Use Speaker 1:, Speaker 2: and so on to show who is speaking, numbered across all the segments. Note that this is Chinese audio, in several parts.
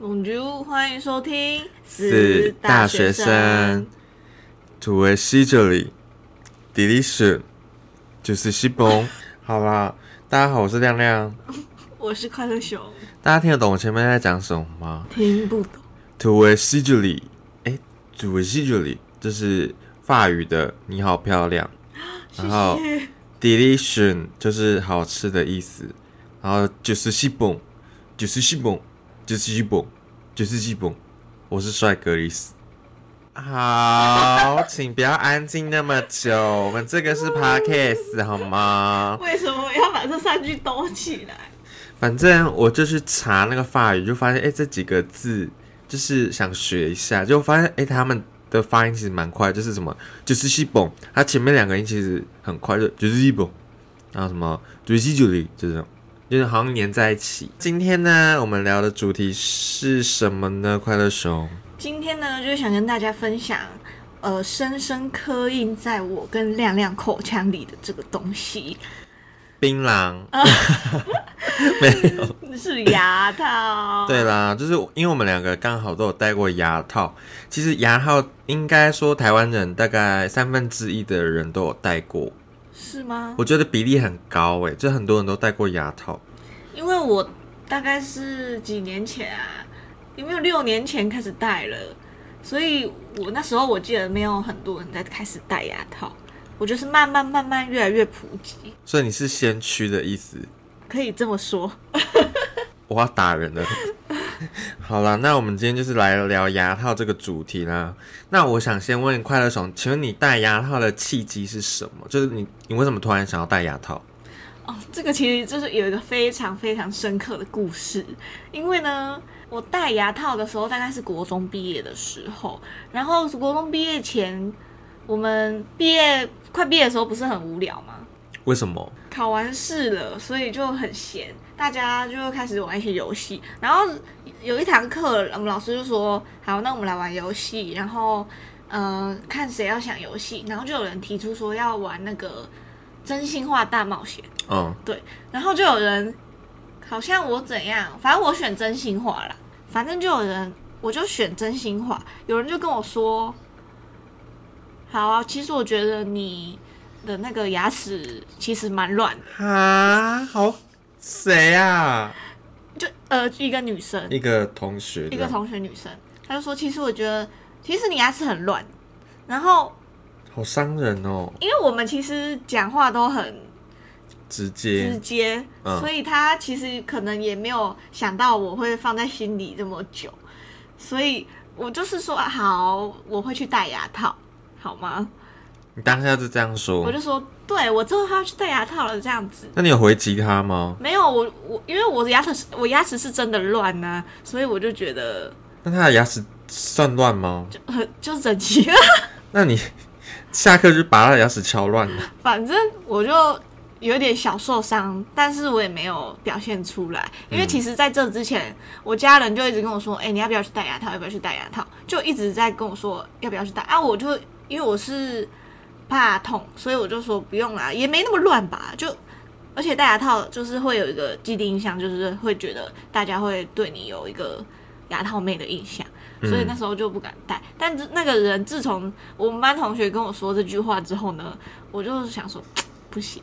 Speaker 1: Bonjour，欢迎收听
Speaker 2: 四大学生。土耳其这里，delicious，就是西崩。好啦，大家好，我是亮亮。
Speaker 1: 我是快乐熊，
Speaker 2: 大家听得懂我前面在讲什么吗？
Speaker 1: 听不懂。
Speaker 2: 土耳其这里，哎，土耳其这里，这是法语的“你好漂亮”，
Speaker 1: 谢
Speaker 2: 然后
Speaker 1: 谢。
Speaker 2: delicious 就是好吃的意思，然后就是西崩，就是西崩，就是西崩，就是西崩。我是帅哥的意思。好，请不要安静那么久，我们这个是 podcast 好吗？
Speaker 1: 为什么要把这三句兜起来？
Speaker 2: 反正我就去查那个法语，就发现哎、诶这几个字就是想学一下，就发现哎、诶他们的发音其实蛮快，就是什么就是西蹦，它前面两个音其实很快，就就是西蹦，然后什么就是西九里这种，就是好像粘在一起。今天呢，我们聊的主题是什么呢？快乐熊，
Speaker 1: 今天呢，就是想跟大家分享，呃，深深刻印在我跟亮亮口腔里的这个东西
Speaker 2: 槟榔，没有。
Speaker 1: 是牙套。
Speaker 2: 对啦，就是因为我们两个刚好都有戴过牙套，其实牙套应该说台湾人大概三分之一的人都有戴过，
Speaker 1: 是吗？
Speaker 2: 我觉得比例很高诶、就很多人都戴过牙套。
Speaker 1: 因为我大概是几年前啊，有没有六年前开始戴了，所以我那时候我记得没有很多人在开始戴牙套，我就是慢慢慢慢越来越普及，
Speaker 2: 所以你是先驱的意思，
Speaker 1: 可以这么说。
Speaker 2: 我要打人了。 好啦，那我们今天就是来聊牙套这个主题啦。那我想先问快乐熊，请问你戴牙套的契机是什么？就是你你为什么突然想要戴牙套？
Speaker 1: 哦，这个其实就是有一个非常非常深刻的故事，因为呢，我戴牙套的时候大概是国中毕业的时候，然后国中毕业前，我们毕业快毕业的时候不是很无聊吗？
Speaker 2: 为什么？
Speaker 1: 考完试了，所以就很闲，大家就开始玩一些游戏。然后有一堂课，我们老师就说：“好，那我们来玩游戏。”然后，呃，看谁要想游戏。然后就有人提出说要玩那个真心话大冒险。
Speaker 2: 嗯，
Speaker 1: 然后就有人好像我怎样，反正我选真心话啦，反正就有人我就选真心话，有人就跟我说，好啊，其实我觉得你的那个牙齿其实蛮乱的，
Speaker 2: 哈，好，谁啊？
Speaker 1: 就呃一个女生，
Speaker 2: 一个同学，
Speaker 1: 一个同学女生，她就说其实我觉得其实你牙齿很乱，然后
Speaker 2: 好伤人哦，
Speaker 1: 因为我们其实讲话都很
Speaker 2: 直
Speaker 1: 直
Speaker 2: 接
Speaker 1: 接，
Speaker 2: 嗯
Speaker 1: 所以他其实可能也没有想到我会放在心里这么久，所以我就是说好，我会去戴牙套，好吗？
Speaker 2: 你当下就这样
Speaker 1: 我
Speaker 2: 说
Speaker 1: 就，说，对我之后还要去戴牙套了，这样子。
Speaker 2: 那你有回击他吗？
Speaker 1: 没有我我，因为我的牙齿是我牙齿是真的乱呐、所以我就觉得
Speaker 2: 那他的牙齿算乱吗？
Speaker 1: 就很就整齐。
Speaker 2: 那你 下课就把他的牙齿敲乱了，
Speaker 1: 反正我就有点小受伤，但是我也没有表现出来，因为其实在这之前，我家人就一直跟我说，哎、你要不要去戴牙套？要不要去戴牙套？就一直在跟我说要不要去戴啊！我就因为我是怕痛，所以我就说不用啦，也没那么乱吧，就。而且戴牙套就是会有一个既定印象，就是会觉得大家会对你有一个牙套妹的印象，
Speaker 2: 嗯
Speaker 1: 所以那时候就不敢戴。但是那个人自从我们班同学跟我说这句话之后呢，我就是想说，不行，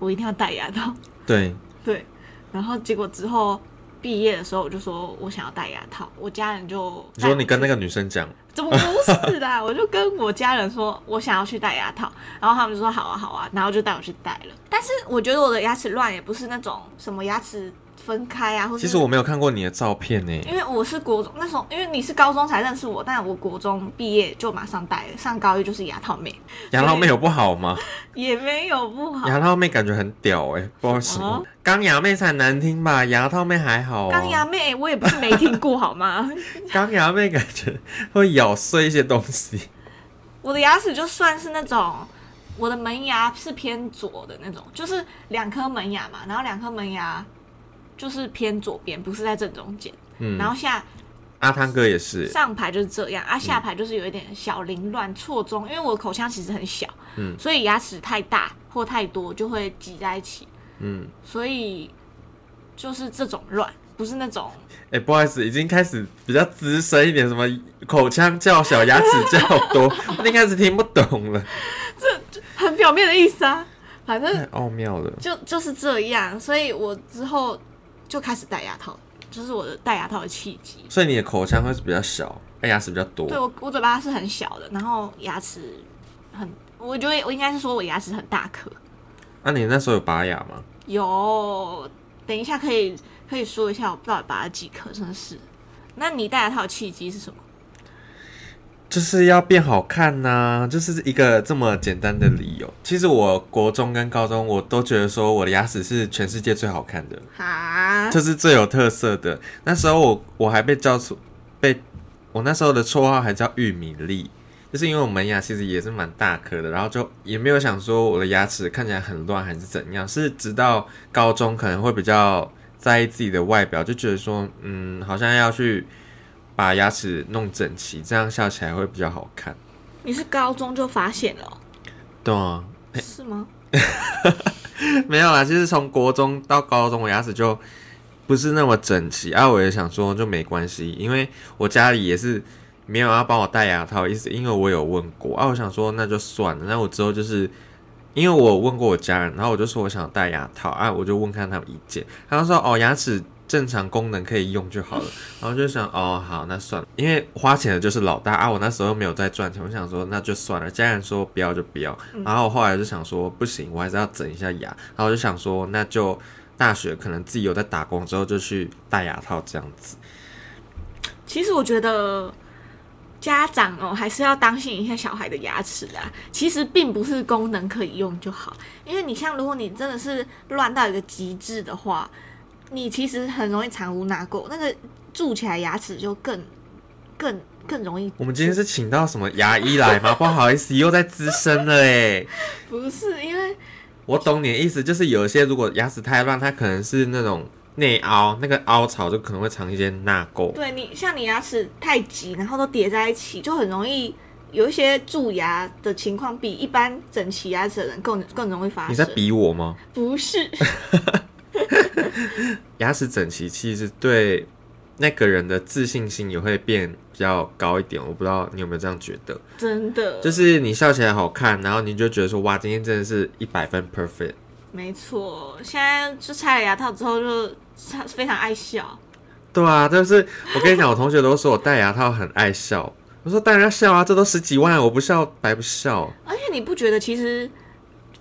Speaker 1: 我一定要戴牙套。
Speaker 2: 对，
Speaker 1: 对，然后结果之后毕业的时候，我就说我想要戴牙套，我家人就
Speaker 2: 你说你跟那个女生讲，
Speaker 1: 怎么不是啦？ 我就跟我家人说我想要去戴牙套，然后他们就说好啊好啊，然后就带我去戴了。但是我觉得我的牙齿乱也不是那种什么牙齿分开啊，或是
Speaker 2: 其实我没有看过你的照片欸呢、
Speaker 1: 因为我是国中那时候，因为你是高中才认识我，但我国中毕业就马上戴了，上高一就是牙套妹，
Speaker 2: 牙套妹有不好吗？
Speaker 1: 也没有不好。
Speaker 2: 牙套妹感觉很屌哎、不知道为什么
Speaker 1: 哦，
Speaker 2: 钢牙妹才难听吧，牙套妹还好、哦，
Speaker 1: 钢牙妹我也不是没听过好吗？
Speaker 2: 钢牙妹感觉会咬碎一些东西。
Speaker 1: 我的牙齿就算是那种，我的门牙是偏左的那种，就是两颗门牙嘛，然后两颗门牙就是偏左边，不是在正中间，
Speaker 2: 嗯
Speaker 1: 然后下
Speaker 2: 阿汤哥也是，
Speaker 1: 上排就是这样啊，
Speaker 2: 嗯
Speaker 1: 下排就是有一点小凌乱错综，因为我口腔其实很小，
Speaker 2: 嗯
Speaker 1: 所以牙齿太大或太多就会挤在一起，
Speaker 2: 嗯，
Speaker 1: 所以就是这种乱，不是那种
Speaker 2: 哎、不好意思，已经开始比较资深一点，什么口腔较小，牙齿较多， 我一开始听不懂了，
Speaker 1: 很表面的意思啊，反正
Speaker 2: 太奥妙了。
Speaker 1: 就就是这样，所以我之后就开始戴牙套，就是我的戴牙套的契机。
Speaker 2: 所以你的口腔会是比较小，哎，牙齿比较多
Speaker 1: 对。我，我嘴巴是很小的，然后牙齿很，我觉得我应该是说我牙齿很大颗。
Speaker 2: 那、啊你那时候有拔牙吗？
Speaker 1: 有，等一下可以可以说一下我到底拔了几颗，真的是。那你戴牙套的契机是什么？
Speaker 2: 就是要变好看呐、就是一个这么简单的理由。其实我国中跟高中我都觉得说我的牙齿是全世界最好看的，
Speaker 1: 哈，
Speaker 2: 就是最有特色的。那时候我我还被叫出被我那时候的绰号还叫玉米粒，就是因为我门牙其实也是蛮大颗的，然后就也没有想说我的牙齿看起来很乱还是怎样，是直到高中可能会比较在意自己的外表，就觉得说嗯好像要去把牙齿弄整齐，这样笑起来会比较好看。
Speaker 1: 你是高中就发现了哦、
Speaker 2: 对啊，
Speaker 1: 是吗？
Speaker 2: 没有啦，其实从国中到高中，我牙齿就不是那么整齐啊。我也想说就没关系，因为我家里也是没有要帮我戴牙套的意思，因为我有问过啊。我想说那就算了，那我之后就是因为我有问过我家人，然后我就说我想戴牙套啊，我就问看他们意见，他们说哦牙齿。正常功能可以用就好了，然后就想哦好那算了，因为花钱的就是老大啊，我那时候没有在赚钱，我想说那就算了，家人说不要就不要，然后我后来就想说，不行，我还是要整一下牙。然后我就想说，那就大学可能自己有在打工之后，就去戴牙套这样子。
Speaker 1: 其实我觉得家长哦，还是要当心一下小孩的牙齿啦。其实并不是功能可以用就好，因为你像如果你真的是乱到一个极致的话，你其实很容易藏污纳垢，那个蛀起来牙齿就更更更容易。
Speaker 2: 我们今天是请到什么牙医来吗？不好意思，又在资深了哎。
Speaker 1: 不是因为
Speaker 2: 我懂你的意思，就是有一些如果牙齿太乱，它可能是那种内凹，那个凹槽就可能会藏一些纳垢。
Speaker 1: 对你像你牙齿太挤，然后都叠在一起，就很容易。有一些蛀牙的情况比一般整齐牙齿的人更更容易发生。
Speaker 2: 你在比我吗？
Speaker 1: 不是，
Speaker 2: 牙齿整齐其实对那个人的自信心也会变比较高一点。我不知道你有没有这样觉得？
Speaker 1: 真 的，
Speaker 2: 就是你笑起来好看，然后你就觉得说哇，今天真的是一百分 perfect。
Speaker 1: 没错，现在就拆了牙套之后就他非常爱笑，
Speaker 2: 对啊，就是我跟你讲，我同学都说我戴牙套很爱笑，我说当然要笑啊，这都十几万，我不笑白不笑。
Speaker 1: 而且你不觉得其实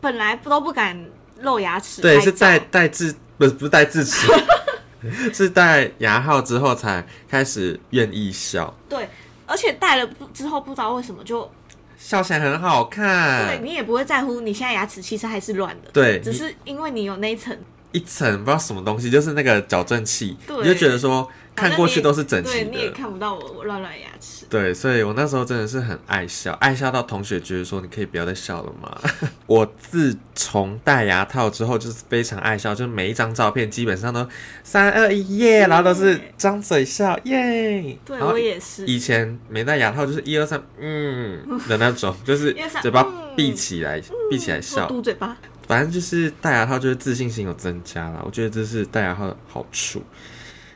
Speaker 1: 本来都不敢露牙齿，
Speaker 2: 对，
Speaker 1: 拍
Speaker 2: 是
Speaker 1: 照
Speaker 2: 戴戴智不是不是戴智齿， 是戴牙套之后才开始愿意笑，
Speaker 1: 对，而且戴了不之后不知道为什么就、
Speaker 2: 笑起来很好
Speaker 1: 对
Speaker 2: 看。
Speaker 1: 你也不会在乎你现在牙齿其实还是乱的，
Speaker 2: 哎对，
Speaker 1: 只是因为你有那一层，
Speaker 2: 一层不知道什么东西，就是那个矫正器，
Speaker 1: 对
Speaker 2: 你就觉得说看过去都是整齐
Speaker 1: 对，你也
Speaker 2: 的。
Speaker 1: 看不到我我乱乱的牙齿。
Speaker 2: 对，所以我那时候真的是很爱笑，爱笑到同学觉得说你可以不要再笑了嘛。 我自从戴牙套之后，就是非常爱笑，就是每一张照片基本上都三二一耶，然后都是张嘴笑耶。
Speaker 1: 对
Speaker 2: 然后
Speaker 1: 我也是，
Speaker 2: 以前没戴牙套就是一二三嗯的那种，就是
Speaker 1: 一二三
Speaker 2: 嘴巴
Speaker 1: 嗯
Speaker 2: 闭起来，闭起来
Speaker 1: 我
Speaker 2: 笑。
Speaker 1: 嘟嘴巴，
Speaker 2: 反正就是戴牙套就是自信心有增加啦，我觉得这是戴牙套的好处。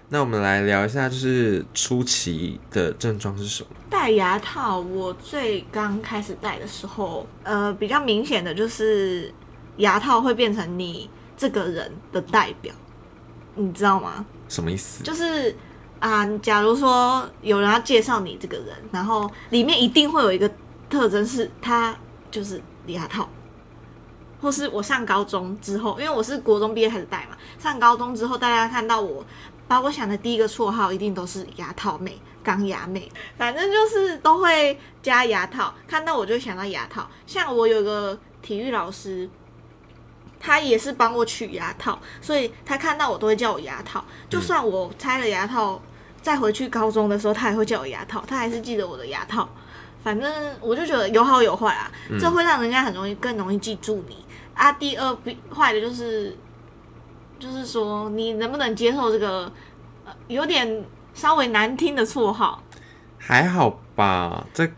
Speaker 2: 那我们来聊一下，就是初期的症状是什么？
Speaker 1: 戴牙套，我最刚开始戴的时候，呃，比较明显的就是牙套会变成你这个人的代表，你知道吗？
Speaker 2: 什么意思？
Speaker 1: 就是啊、假如说有人要介绍你这个人，然后里面一定会有一个特征是他就是牙套，或是我上高中之后，因为我是国中毕业开始戴嘛，上高中之后大家看到我，把我想的第一个绰号一定都是牙套妹、钢牙妹，反正就是都会加牙套，看到我就想到牙套。像我有个体育老师，他也是帮我取牙套，所以他看到我都会叫我牙套。
Speaker 2: 嗯
Speaker 1: 就算我拆了牙套，再回去高中的时候，他也会叫我牙套，他还是记得我的牙套。反正我就觉得有好有坏啊，
Speaker 2: 嗯
Speaker 1: 这会让人家很容易更容易记住你啊。第二比坏的就是，就是说你能不能接受这个，呃、有点稍微难听的绰号，
Speaker 2: 还好吧？这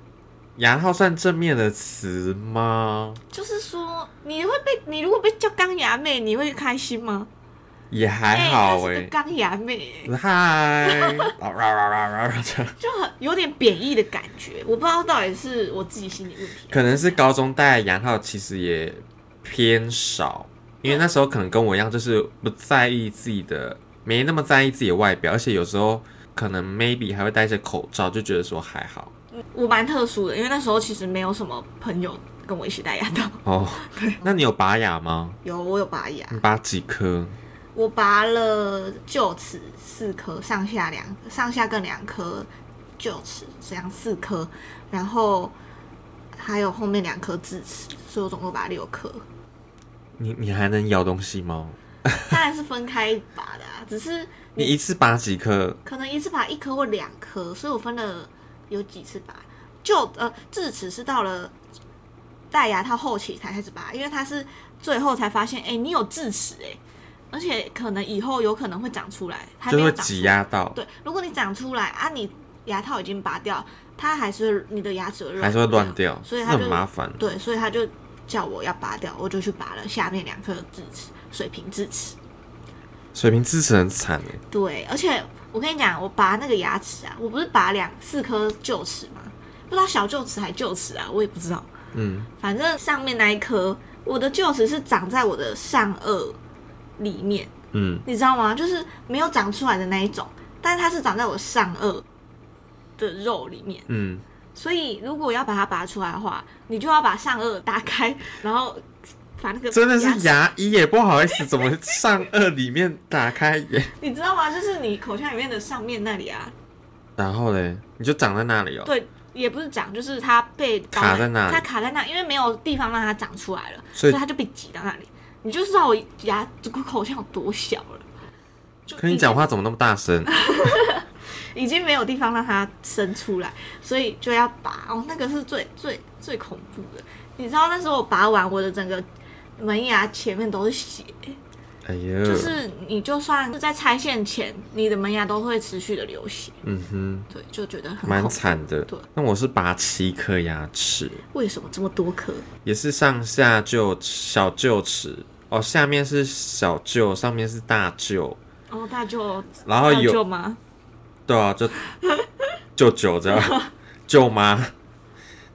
Speaker 2: 牙套算正面的词吗？
Speaker 1: 就是说你会被你如果被叫钢牙妹，你会开心吗？
Speaker 2: 也还好
Speaker 1: 哎、她
Speaker 2: 哎、
Speaker 1: 是个钢牙妹，欸
Speaker 2: 嗨，啊哇哇哇哇哇这样
Speaker 1: 就很有点贬义的感觉。我不知道到底是我自己心理问题，
Speaker 2: 可能是高中戴牙套其实也偏少，因为那时候可能跟我一样，就是不在意自己的，没那么在意自己的外表，而且有时候可能 maybe 还会戴着口罩，就觉得说还好
Speaker 1: 我蛮特殊的，因为那时候其实没有什么朋友跟我一起戴牙套。
Speaker 2: 哦。那你有拔牙吗？
Speaker 1: 有，我有拔牙，
Speaker 2: 你拔几颗？
Speaker 1: 我拔了臼齿四颗，上下两，上下各两颗臼齿，这样四颗，然后还有后面两颗智齿，所以我总共拔六颗。
Speaker 2: 你你还能咬东西吗？
Speaker 1: 当然是分开拔的、啊，只是
Speaker 2: 你一次拔几颗？
Speaker 1: 可能一次拔一颗或两颗，所以我分了有几次拔。就呃，智齿是到了戴牙套后期才开始拔，因为它是最后才发现，哎、你有智齿哎、而且可能以后有可能会长出来，还
Speaker 2: 就
Speaker 1: 没有
Speaker 2: 会
Speaker 1: 长出
Speaker 2: 挤
Speaker 1: 来。
Speaker 2: 压到，
Speaker 1: 对，如果你长出来啊，你牙套已经拔掉，它还是会你的牙齿会
Speaker 2: 还是会乱掉，
Speaker 1: 啊所以
Speaker 2: 这
Speaker 1: 它就
Speaker 2: 很麻烦。
Speaker 1: 对，所以他就叫我要拔掉，我就去拔了下面两颗智齿，水平智齿。
Speaker 2: 水平智齿很惨哎，
Speaker 1: 对，而且我跟你讲，我拔那个牙齿啊，我不是拔两四颗臼齿吗？不知道小臼齿还臼齿啊，我也不知道。
Speaker 2: 嗯，
Speaker 1: 反正上面那一颗，我的臼齿是长在我的上颚里面，
Speaker 2: 嗯，
Speaker 1: 你知道吗？就是没有长出来的那一种，但是它是长在我上颚的肉里面。
Speaker 2: 嗯，
Speaker 1: 所以如果要把它拔出来的话，你就要把上颚打开，然后把那个
Speaker 2: 真的是
Speaker 1: 齿
Speaker 2: 牙医也不好意思，怎么上颚里面打开也？
Speaker 1: 你知道吗？就是你口腔里面的上面那里啊，
Speaker 2: 然后嘞，你就长在那里哦，
Speaker 1: 对，也不是长，就是它被包
Speaker 2: 卡在那里
Speaker 1: 它卡在那，因为没有地方让它长出来了，所
Speaker 2: 所以
Speaker 1: 以它就被挤到那里。你就知道我牙这个口腔有多小了。就
Speaker 2: 可你
Speaker 1: 已经
Speaker 2: 讲话怎么那么大声？
Speaker 1: 已经没有地方让它生出来，所以就要拔。哦，那个是最最最恐怖的。你知道那时候我拔完，我的整个门牙前面都是血，
Speaker 2: 哎呦，
Speaker 1: 就是你就算是在拆线前，你的门牙都会持续的流血，
Speaker 2: 嗯
Speaker 1: 对，就觉得
Speaker 2: 哼，
Speaker 1: 很
Speaker 2: 蛮
Speaker 1: 恐怖。
Speaker 2: 惨的
Speaker 1: 对。
Speaker 2: 那我是拔七颗牙齿，
Speaker 1: 为什么这么多颗？
Speaker 2: 也是上下臼小臼齿哦，下面是小臼，上面是大臼，
Speaker 1: 哦，大舅，
Speaker 2: 然后
Speaker 1: 大舅
Speaker 2: 有
Speaker 1: 吗？
Speaker 2: 对啊，就 舅舅这样，舅妈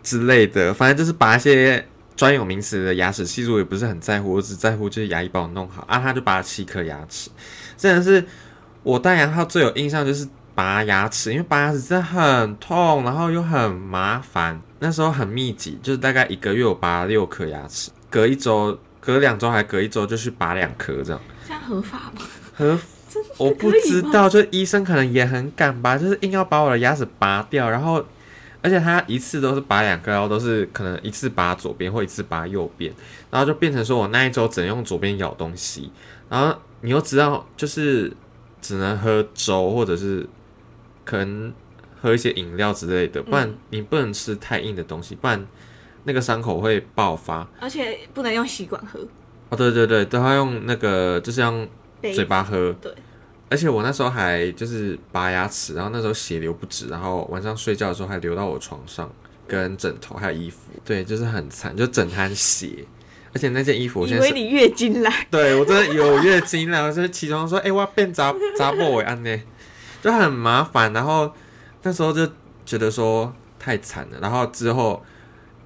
Speaker 2: 之类的，反正就是把一些专有名词的牙齿系数也不是很在乎，我只在乎就是牙医帮我弄好啊，他就拔了七颗牙齿，真的是我戴牙套最有印象就是拔牙齿，因为拔牙齿真的很痛，然后又很麻烦，那时候很密集，就是大概一个月我拔了六颗牙齿，隔一周、隔两周还隔一周就去拔两颗这样。
Speaker 1: 这样合法吗？
Speaker 2: 合，我不知道，就医生可能也很赶吧，就是硬要把我的牙齿拔掉，然后，而且他一次都是拔两颗，然后都是可能一次拔左边或一次拔右边，然后就变成说我那一周只能用左边咬东西，然后你又知道就是只能喝粥或者是可能喝一些饮料之类的，不然
Speaker 1: 嗯
Speaker 2: 你不能吃太硬的东西，不然那个伤口会爆发。
Speaker 1: 而且不能用吸管喝，
Speaker 2: 哦，对对对，都要用那个，就是要用
Speaker 1: 杯
Speaker 2: 嘴巴喝。
Speaker 1: 对，
Speaker 2: 而且我那时候还就是拔牙齿，然后那时候血流不止，然后晚上睡觉的时候还流到我床上、跟枕头还有衣服，对，就是很惨，就整滩血。而且那件衣服我
Speaker 1: 以
Speaker 2: 现在
Speaker 1: 为
Speaker 2: 是，
Speaker 1: 你月经来，
Speaker 2: 对我真的有月经了，我就是起床说，哎、我要变杂杂破尾安呢，就很麻烦。然后那时候就觉得说太惨了，然后之后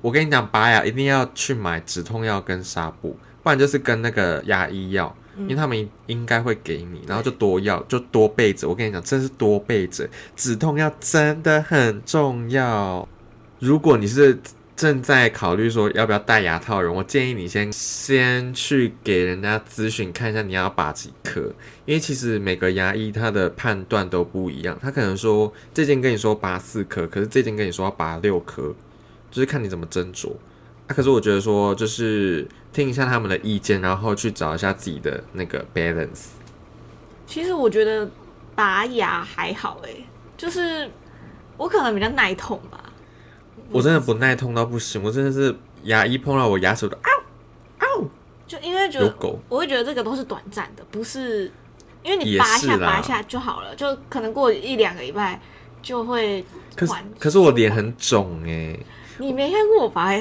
Speaker 2: 我跟你讲，拔牙一定要去买止痛药跟纱布，不然就是跟那个牙医要。因为他们应该会给你，然后就多要，就多备着。我跟你讲，真是多备着，止痛药真的很重要。如果你是正在考虑说要不要戴牙套的人，我建议你先先去给人家咨询看一下你要拔几颗，因为其实每个牙医他的判断都不一样，他可能说这件跟你说拔四颗，可是这件跟你说要拔六颗，就是看你怎么斟酌。啊，可是我觉得说就是听一下他们的意见，然后去找一下自己的那个 balance。
Speaker 1: 其实我觉得拔牙还好哎、就是我可能比较耐痛吧。
Speaker 2: 我真的不耐痛到不行，我真的是牙医碰到我牙齿我都啊
Speaker 1: 就因为觉
Speaker 2: 有
Speaker 1: 得
Speaker 2: 狗
Speaker 1: 我会觉得这个都是短暂的，不是因为你
Speaker 2: 也
Speaker 1: 拔一
Speaker 2: 是
Speaker 1: 下
Speaker 2: 啦
Speaker 1: 拔一下就好了，就可能过一两个礼拜就会
Speaker 2: 可是
Speaker 1: 缓
Speaker 2: 可是我脸很肿哎、
Speaker 1: 你没看过我拔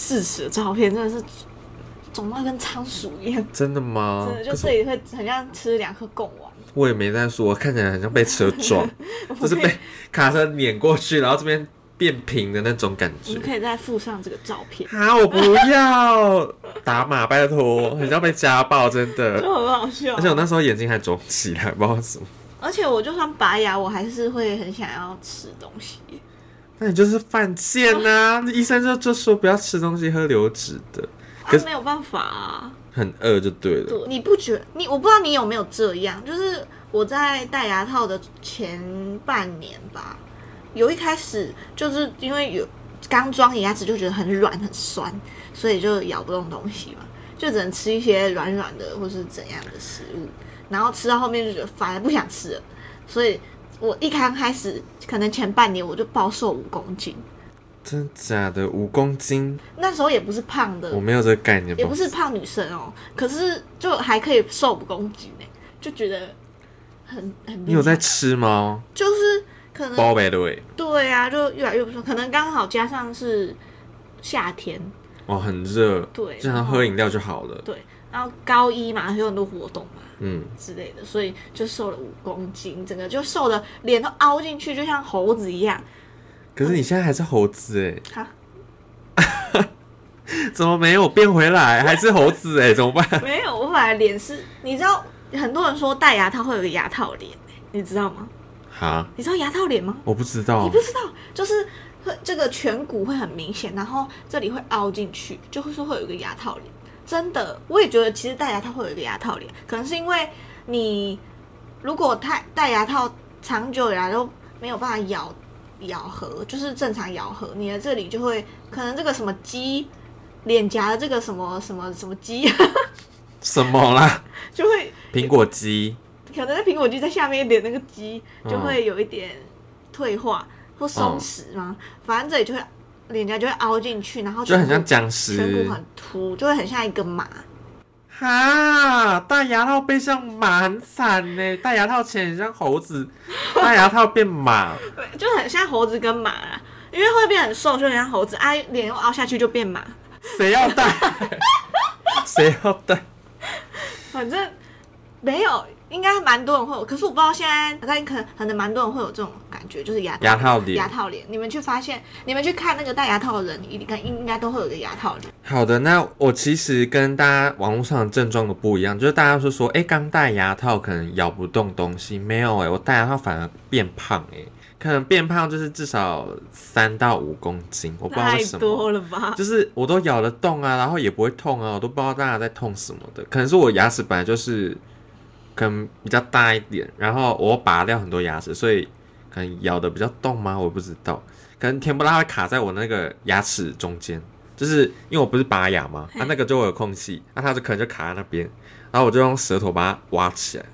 Speaker 1: 智齿的照片，真的是肿到跟仓鼠一样，
Speaker 2: 真的吗
Speaker 1: 真的？就
Speaker 2: 哦可
Speaker 1: 这
Speaker 2: 是
Speaker 1: 里会很像吃两颗贡丸。
Speaker 2: 我也没在说，我看起来很像被车 撞，就是被卡车碾过去，然后这边变平的那种感
Speaker 1: 我
Speaker 2: 觉
Speaker 1: 们。可以再附上这个照 片，
Speaker 2: 啊！我不要打码，拜托，很像被家暴，真的。
Speaker 1: 就很好笑
Speaker 2: 而。且我那时候眼睛还肿起来，不知道为什么。
Speaker 1: 而且我就算拔牙，我还是会很想要吃东西。
Speaker 2: 那你就是犯 贱呐、医生就就说不要吃东西，喝流质的，
Speaker 1: 啊
Speaker 2: 可是，
Speaker 1: 没有办法啊！
Speaker 2: 很饿就对了。
Speaker 1: 对，你不觉你我不知道你有没有这样，就是我在戴牙套的前半年吧，有一开始就是因为有刚装牙齿就觉得很软很酸，所以就咬不动东西嘛，就只能吃一些软软的或是怎样的食物，然后吃到后面就觉得反而不想吃了，所以我一刚开始可能前半年我就暴瘦五公斤，
Speaker 2: 真假的五公斤，
Speaker 1: 那时候也不是胖的，
Speaker 2: 我没有这个概念。
Speaker 1: 也不是胖女生哦，可是就还可以瘦五公斤呢，就觉得很很
Speaker 2: 你有在吃吗？
Speaker 1: 就是可能
Speaker 2: 包呗对，
Speaker 1: 对啊，就越来越不瘦，可能刚好加上是夏天，
Speaker 2: 哦，很热，
Speaker 1: 对
Speaker 2: 经常喝饮料就好了。
Speaker 1: 对，然后高一嘛，有很多活动嘛
Speaker 2: 嗯，
Speaker 1: 之类的，所以就瘦了五公斤，整个就瘦的脸都凹进去，就像猴子一样。
Speaker 2: 可是你现在还是猴子哎，
Speaker 1: 哈，
Speaker 2: 怎么没有变回来？还是猴子哎，怎么办？
Speaker 1: 没有，我本来脸是，你知道很多人说戴牙套会有个牙套脸，欸你知道吗？
Speaker 2: 哈，
Speaker 1: 你知道牙套脸吗？
Speaker 2: 我不知
Speaker 1: 你
Speaker 2: 道
Speaker 1: 不，知道，就是会这个颧骨会很明显，然后这里会凹进去，就是会有一个牙套脸。真的，我也觉得其实戴牙套会有一个牙套脸，可能是因为你如果太戴牙套长久以来都没有办法咬咬合，就是正常咬合，你的这里就会可能这个什么肌。脸颊的这个什么什么什么肌
Speaker 2: 什么啦？
Speaker 1: 就会
Speaker 2: 苹果肌
Speaker 1: 可能在苹果肌在下面一点，那个肌
Speaker 2: 嗯
Speaker 1: 就会有一点退化或松弛嘛，反正这里就会脸颊就会凹进去，然后
Speaker 2: 嗯就很像
Speaker 1: 颧
Speaker 2: 僵
Speaker 1: 骨
Speaker 2: 尸
Speaker 1: 颧骨。很凸，就会很像一个马。
Speaker 2: 哈，戴牙套变像马很惨呢，戴牙套前很像猴子，戴牙套变马。
Speaker 1: 对，就很像猴子跟马啦，因为会变很瘦，就很像猴子，啊，脸又凹下去就变马，
Speaker 2: 谁要戴？ 谁要戴？
Speaker 1: 反正没有，应该蛮多人会有，可是我不知道现在，但可能可能蛮多人会有这种感觉，就是牙
Speaker 2: 牙套脸
Speaker 1: 牙套脸。你们去发现，你们去看那个戴牙套的人，应该应该都会有一个牙套脸。
Speaker 2: 好的，那我其实跟大家网络上的症状都不一样，就是大家说说，哎、刚戴牙套可能咬不动东西，没有哎、我戴牙套反而变胖哎、可能变胖就是至少三到五公斤，我不知道为
Speaker 1: 太
Speaker 2: 什么，
Speaker 1: 多了吧？
Speaker 2: 就是我都咬得动啊，然后也不会痛啊，我都不知道大家在痛什么的，可能是我牙齿本来就是可能比较大一点，然后我拔掉很多牙齿，所以可能咬的比较动吗？我不知道，可能甜不辣会卡在我那个牙齿中间，就是因为我不是拔牙嘛，它、
Speaker 1: 嘿
Speaker 2: 那个就会有空隙，那、它就可能就卡在那边，然后我就用舌头把它挖起来，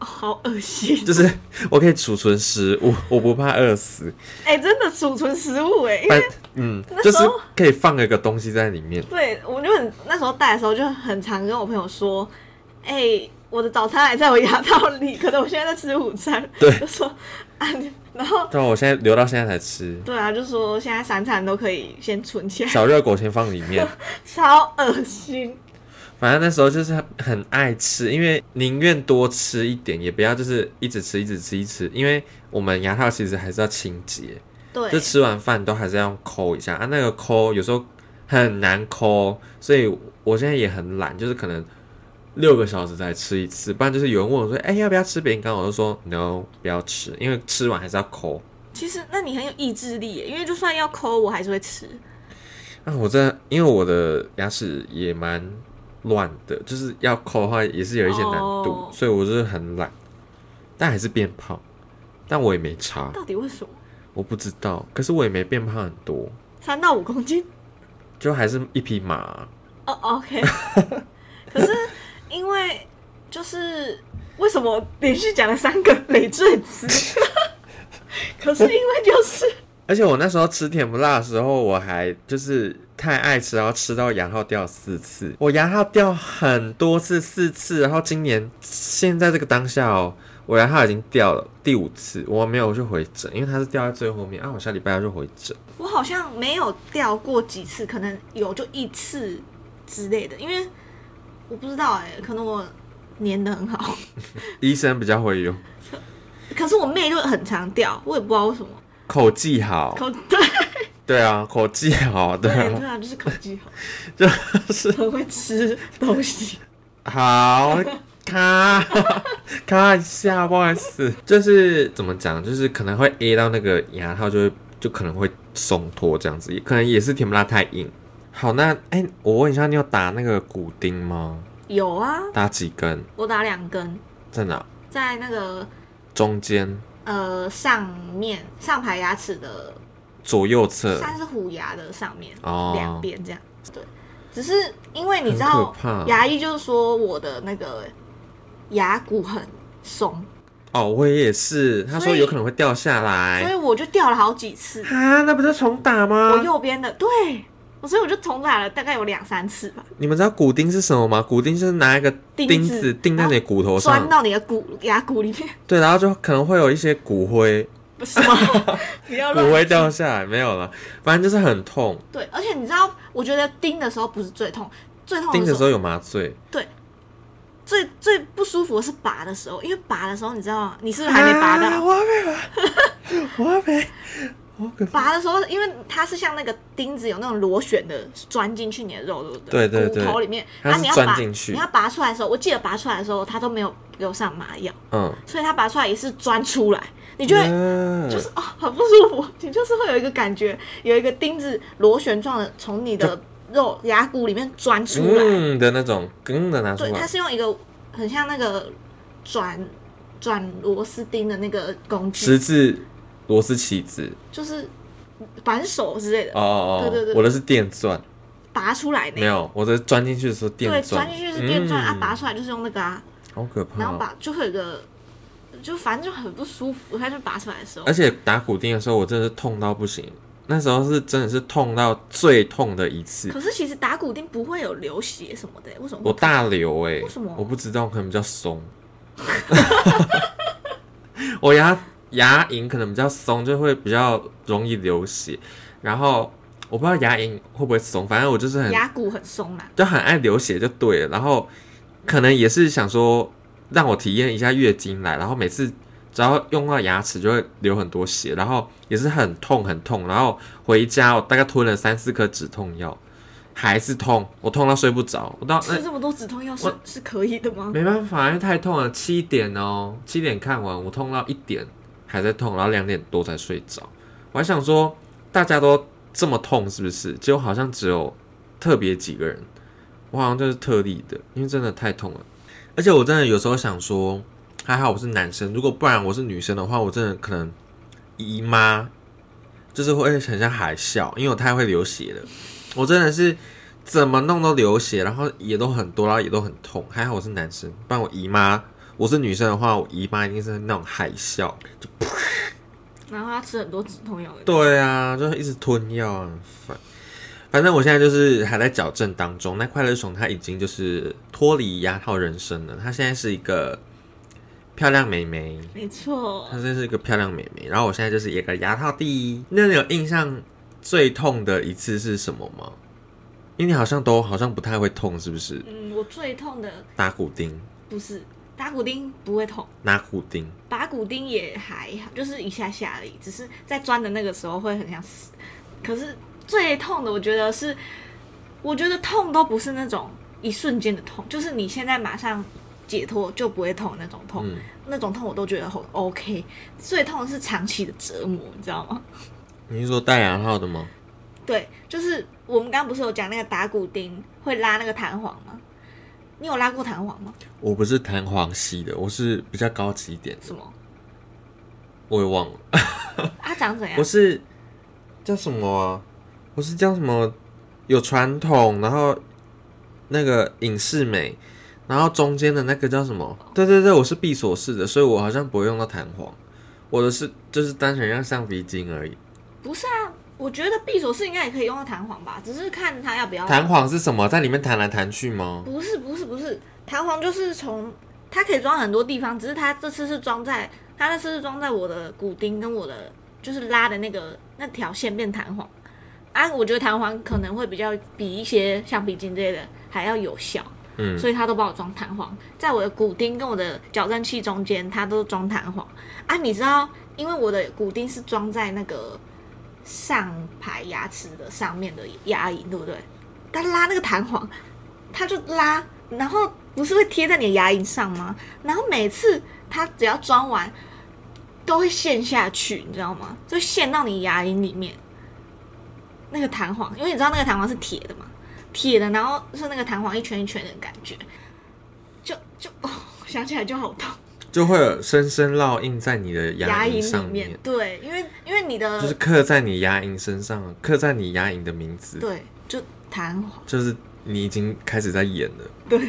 Speaker 1: 好恶心！
Speaker 2: 就是我可以储存食物，我不怕饿死，
Speaker 1: 哎、真的储存食物哎、
Speaker 2: 但嗯，
Speaker 1: 那
Speaker 2: 就
Speaker 1: 时
Speaker 2: 是
Speaker 1: 候
Speaker 2: 可以放一个东西在里面。
Speaker 1: 对，我就很那时候戴的时候就很常跟我朋友说，哎、我的早餐还在我牙套里，可能我现在在吃午餐，
Speaker 2: 对
Speaker 1: 就说啊，你然后
Speaker 2: 对啊，我现在留到现在才吃，
Speaker 1: 对啊，就说现在三餐都可以先存起来，
Speaker 2: 小热狗先放里面。
Speaker 1: 超恶心。
Speaker 2: 反正那时候就是很爱吃，因为宁愿多吃一点，也不要就是一直吃、一直吃、一直吃。因为我们牙套其实还是要清洁，
Speaker 1: 对
Speaker 2: 就，吃完饭都还是要抠一下啊。那个抠有时候很难抠，所以我现在也很懒，就是可能六个小时才吃一次。不然就是有人问我说：“哎、要不要吃饼干？”我就说：“No，不要吃，因为吃完还是要抠。
Speaker 1: 其实那你很有意志力耶，因为就算要抠，我还是会吃。
Speaker 2: 啊，我真的因为我的牙齿也蛮乱的，就是要抠的话也是有一些难度
Speaker 1: 哦
Speaker 2: 所以我就是很懒，但还是变胖，但我也没差，
Speaker 1: 到底为什么？
Speaker 2: 我不知道，可是我也没变胖很多，
Speaker 1: 三到五公斤？
Speaker 2: 就还是一匹马。啊
Speaker 1: 哦、o k 可是因为就是为什么连续讲了三个累赘词？可是因为就是
Speaker 2: 而且我那时候吃甜不辣的时候，我还就是太爱吃，然后吃到牙套掉四次。我牙套掉很多次，四次，然后今年现在这个当下哦，我牙套已经掉了第五次，我没有去回诊，因为它是掉在最后面啊。我下礼拜要去回诊，
Speaker 1: 我好像没有掉过几次，可能有就一次之类的，因为我不知道哎、可能我粘的很好，
Speaker 2: 医生比较会用，
Speaker 1: 可是我妹就很常掉，我也不知道为什么。
Speaker 2: 口技好，
Speaker 1: 口对
Speaker 2: 对啊，口技好，对
Speaker 1: 对
Speaker 2: 啊，
Speaker 1: 对啊，就是口技 好，
Speaker 2: 就是
Speaker 1: 很会吃东西。
Speaker 2: 好，咔咔一下，不好意思，就是怎么讲，就是可能会 A 到那个牙套就会就可能会松脱这样子，也可能也是甜不辣太硬。好，那哎、我问一下，你有打那个骨钉吗？
Speaker 1: 有啊，
Speaker 2: 打几根？
Speaker 1: 我打两根，
Speaker 2: 在哪？
Speaker 1: 在那个
Speaker 2: 中间、
Speaker 1: 呃上面上排牙齿的
Speaker 2: 左右侧？
Speaker 1: 算是虎牙的上面
Speaker 2: 嗯哦
Speaker 1: 两边、这样。对，只是因为你知
Speaker 2: 很可
Speaker 1: 道
Speaker 2: 怕，
Speaker 1: 牙医就是说我的那个牙骨很松，
Speaker 2: 哦，我也是，他说
Speaker 1: 所以
Speaker 2: 有可能会掉下
Speaker 1: 所以
Speaker 2: 来。
Speaker 1: 我就掉了好几次。
Speaker 2: 哎啊，那不是重打吗
Speaker 1: 我？右边的，对，所以我就重打了大概有两三次吧，
Speaker 2: 你们知道骨钉是什么吗？骨钉是拿一个
Speaker 1: 钉
Speaker 2: 钉
Speaker 1: 子
Speaker 2: 子钉在
Speaker 1: 然后
Speaker 2: 你的骨头
Speaker 1: 钻
Speaker 2: 上，
Speaker 1: 到你的骨牙骨里面。
Speaker 2: 对，然后就可能会有一些骨灰，
Speaker 1: 不是 吗？不要
Speaker 2: 骨灰
Speaker 1: 啊乱。
Speaker 2: 掉下来没有了，反正就是很痛。
Speaker 1: 对，而且你知道，我觉得叮的时候不是最痛，最痛
Speaker 2: 钉
Speaker 1: 的
Speaker 2: 的
Speaker 1: 时
Speaker 2: 时
Speaker 1: 候，
Speaker 2: 候有麻醉，
Speaker 1: 最最不舒服的是拔的时候，因为拔的时候，你知道吗？你是不是还没拔到？
Speaker 2: 啊我还没拔，我还没，我可
Speaker 1: 拔的时候，因为它是像那个钉子有那种螺旋的钻进去你的肉，对不
Speaker 2: 对
Speaker 1: 对？
Speaker 2: 对对
Speaker 1: 骨头里面，
Speaker 2: 它
Speaker 1: 然
Speaker 2: 是
Speaker 1: 后你要
Speaker 2: 钻
Speaker 1: 拔
Speaker 2: 进去
Speaker 1: 你要拔出来的时候，我记得拔出来的时候，它都没有给我上麻药，
Speaker 2: 嗯，
Speaker 1: 所以它拔出来也是钻出来，哦你就会
Speaker 2: 嗯
Speaker 1: 就是哦，很不舒服， 你就是会有一个感觉，有一个钉子螺旋状的从你的肉牙骨里面钻出来，
Speaker 2: 嗯的那种，嗯的拿出
Speaker 1: 对，它
Speaker 2: 来，
Speaker 1: 是用一个很像那个转转螺丝钉的那个工
Speaker 2: 十
Speaker 1: 具，
Speaker 2: 字螺丝起子，
Speaker 1: 就是扳手之类的、
Speaker 2: 哦哦哦，
Speaker 1: 对对对
Speaker 2: 我的是电钻，
Speaker 1: 拔出来
Speaker 2: 没
Speaker 1: 的。
Speaker 2: 有，我的钻进去的时候电
Speaker 1: 对，
Speaker 2: 钻，
Speaker 1: 钻进去是电钻、啊，
Speaker 2: 嗯
Speaker 1: 拔出来就是用那个啊，
Speaker 2: 好可
Speaker 1: 然后
Speaker 2: 怕。哦
Speaker 1: 把就会有一个，就反正就很不舒服，它就拔出来的时候
Speaker 2: 而，且打骨钉的时候，我真的是痛到不行，那时候是真的是痛到最痛的一次，
Speaker 1: 可是其实打骨钉不会有流血什么的，为什么会
Speaker 2: 我大流哎、欸，
Speaker 1: 为什么
Speaker 2: 我不知道，可能比较松。 我牙牙龈可能比较松，就会比较容易流血。然后我不知道牙龈会不会松，反正我就是很
Speaker 1: 牙骨很松啊啦？
Speaker 2: 就很爱流血就对了。然后可能也是想说让我体验一下月经来，然后每次只要用到牙齿就会流很多血，然后也是很痛很痛。然后回家我大概吞了三四颗止痛药，还是痛，我痛到睡不着。我到 那
Speaker 1: 吃这么多止痛药是
Speaker 2: 哎我
Speaker 1: 是可以的吗？
Speaker 2: 没办法，因为太痛了。七点哦，七点看完，我痛到一点还在痛，然后两点多才睡着。我还想说，大家都这么痛是不是？结果好像只有特别几个人，我好像就是特例的，因为真的太痛了。而且我真的有时候想说，还好我是男生，如果不然我是女生的话，我真的可能姨妈就是会很像海啸，因为我太会流血了。我真的是怎么弄都流血，然后也都很多，然后也都很痛。还好我是男生，不然我姨妈，我是女生的话，我姨妈一定是那种海啸。
Speaker 1: 然后要吃很多止痛药，
Speaker 2: 对啊，就是一直吞药，很烦。反正我现在就是还在矫正当中。那快乐熊她已经就是脱离牙套人生了，她现在是一个漂亮美眉，
Speaker 1: 没错
Speaker 2: 她，真是一个漂亮美眉。然后我现在就是一个牙套第一。那你有印象最痛的一次是什么吗？因为你好像都好像不太会痛，是不是？
Speaker 1: 嗯，我最痛的
Speaker 2: 打骨钉，
Speaker 1: 不是打骨钉不会痛，
Speaker 2: 拿骨钉，
Speaker 1: 拔骨钉也还好，就是一下下而已，只是在钻的那个时候会很想死。可是最痛的，我觉得是，我觉得痛都不是那种一瞬间的痛，就是你现在马上解脱就不会痛那种痛，
Speaker 2: 嗯，
Speaker 1: 那种痛我都觉得很 OK。最痛的是长期的折磨，你知道吗？
Speaker 2: 你是说戴牙套的吗？
Speaker 1: 对，就是我们刚刚不是有讲那个打骨钉会拉那个弹簧吗？你有拉过弹簧吗？
Speaker 2: 我不是弹簧系的，我是比较高级一点，
Speaker 1: 什么？
Speaker 2: 我也忘了，
Speaker 1: 啊，长怎样
Speaker 2: 我？是叫什么啊？我是叫什么？有传统，然后那个影视美，然后中间的那个叫什么？对对对，我是闭锁式的，所以我好像不会用到弹簧，我的是就是单纯像橡皮筋而已。
Speaker 1: 不是啊，我觉得闭锁式应该也可以用到弹簧吧，只是看它要不要。
Speaker 2: 弹簧是什么？在里面弹来弹去吗？
Speaker 1: 不是不是不是，弹簧就是从它可以装很多地方，只是它这次是装在它那次是装在我的骨钉跟我的就是拉的那个那条线变弹簧啊，我觉得弹簧可能会比较比一些橡皮筋之类的还要有效，
Speaker 2: 嗯
Speaker 1: 所以它都帮我装弹簧，在我的骨钉跟我的矫正器中间，它都装弹簧啊，你知道，因为我的骨钉是装在那个上排牙齿的上面的牙龈，对不对？它拉那个弹簧，它就拉，然后不是会贴在你的牙龈上吗？然后每次它只要装完，都会陷下去，你知道吗？就陷到你牙龈里面。那个弹簧，因为你知道那个弹簧是铁的嘛，铁的，然后是那个弹簧一圈一圈的感觉，就就哦，想起来就好痛。
Speaker 2: 就会有深深烙印在你的牙
Speaker 1: 牙
Speaker 2: 龈
Speaker 1: 龈
Speaker 2: 上
Speaker 1: 里面，对，因为因为你的、
Speaker 2: 就是刻在你牙龈身上，刻在你牙龈的名字，
Speaker 1: 对，就弹簧，
Speaker 2: 就是你已经开始在演了。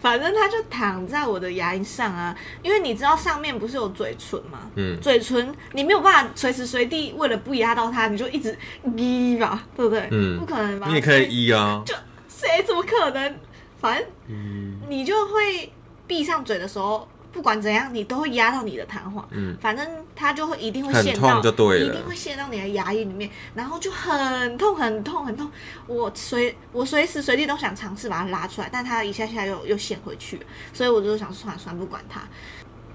Speaker 1: 反正它就躺在我的牙龈上啊，因为你知道上面不是有嘴唇吗？
Speaker 2: 嗯，
Speaker 1: 嘴唇你没有办法随时随地为了不压到它，你就一直滴吧，对不对？
Speaker 2: 嗯
Speaker 1: 不可能吧？
Speaker 2: 你也可以一啊，
Speaker 1: 就谁怎么可能？反正
Speaker 2: 嗯
Speaker 1: 你就会闭上嘴的时候，不管怎样，你都会压到你的弹簧。
Speaker 2: 嗯，
Speaker 1: 反正它就会一定会
Speaker 2: 很
Speaker 1: 陷
Speaker 2: 痛
Speaker 1: 到，
Speaker 2: 就对
Speaker 1: 一
Speaker 2: 了
Speaker 1: 定会陷到你的牙龈里面，然后就很痛很痛很痛。我随我随时随地都想尝试把它拉出来，但它一下下又又陷回去，所以我就想算了算了，不管它。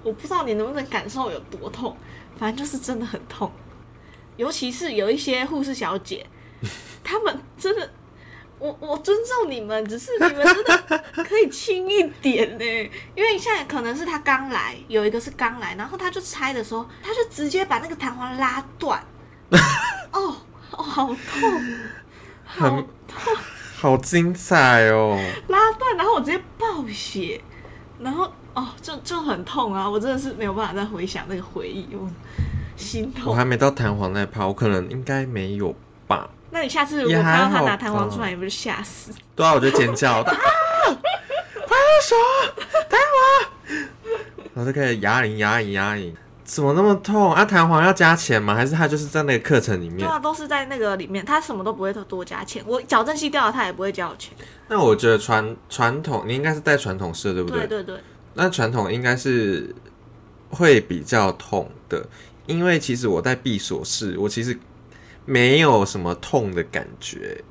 Speaker 1: 我不知道你能不能感受有多痛，反正就是真的很痛。尤其是有一些护士小 姐，她们真的，我我尊重你们，只是你们真的可以轻一点呢、因为现在可能是她刚来，有一个是刚来，然后她就拆的时候，她就直接把那个弹簧拉 断，哦哦，好痛，好
Speaker 2: 很好精彩哦。
Speaker 1: 拉断，然后我直接爆血，然后哦，就就很痛啊！我真的是没有办法再回想那个回忆，我心
Speaker 2: 我
Speaker 1: 痛。
Speaker 2: 还没到弹簧那一趴，我可能应该没有吧。
Speaker 1: 那你下次如
Speaker 2: 也
Speaker 1: 果看到
Speaker 2: 还
Speaker 1: 他
Speaker 2: 好
Speaker 1: 拿弹簧出
Speaker 2: 吧
Speaker 1: 来，你不是吓死？
Speaker 2: 对啊，我就尖 叫，啊，快手，弹簧，然后就开始牙龈牙龈牙龈，怎么那么痛啊？弹簧要加钱吗？还是它就是在那个课程里
Speaker 1: 对
Speaker 2: 面？
Speaker 1: 啊，都是在那个里面，他什么都不会多加钱。我矫正器掉了，他也不会加我钱。
Speaker 2: 那我觉得传传统，你应该是带传统社对不
Speaker 1: 对对对，
Speaker 2: 那传统应该是会比较痛的，因为其实我在闭锁室，我其实没有什么痛的感觉，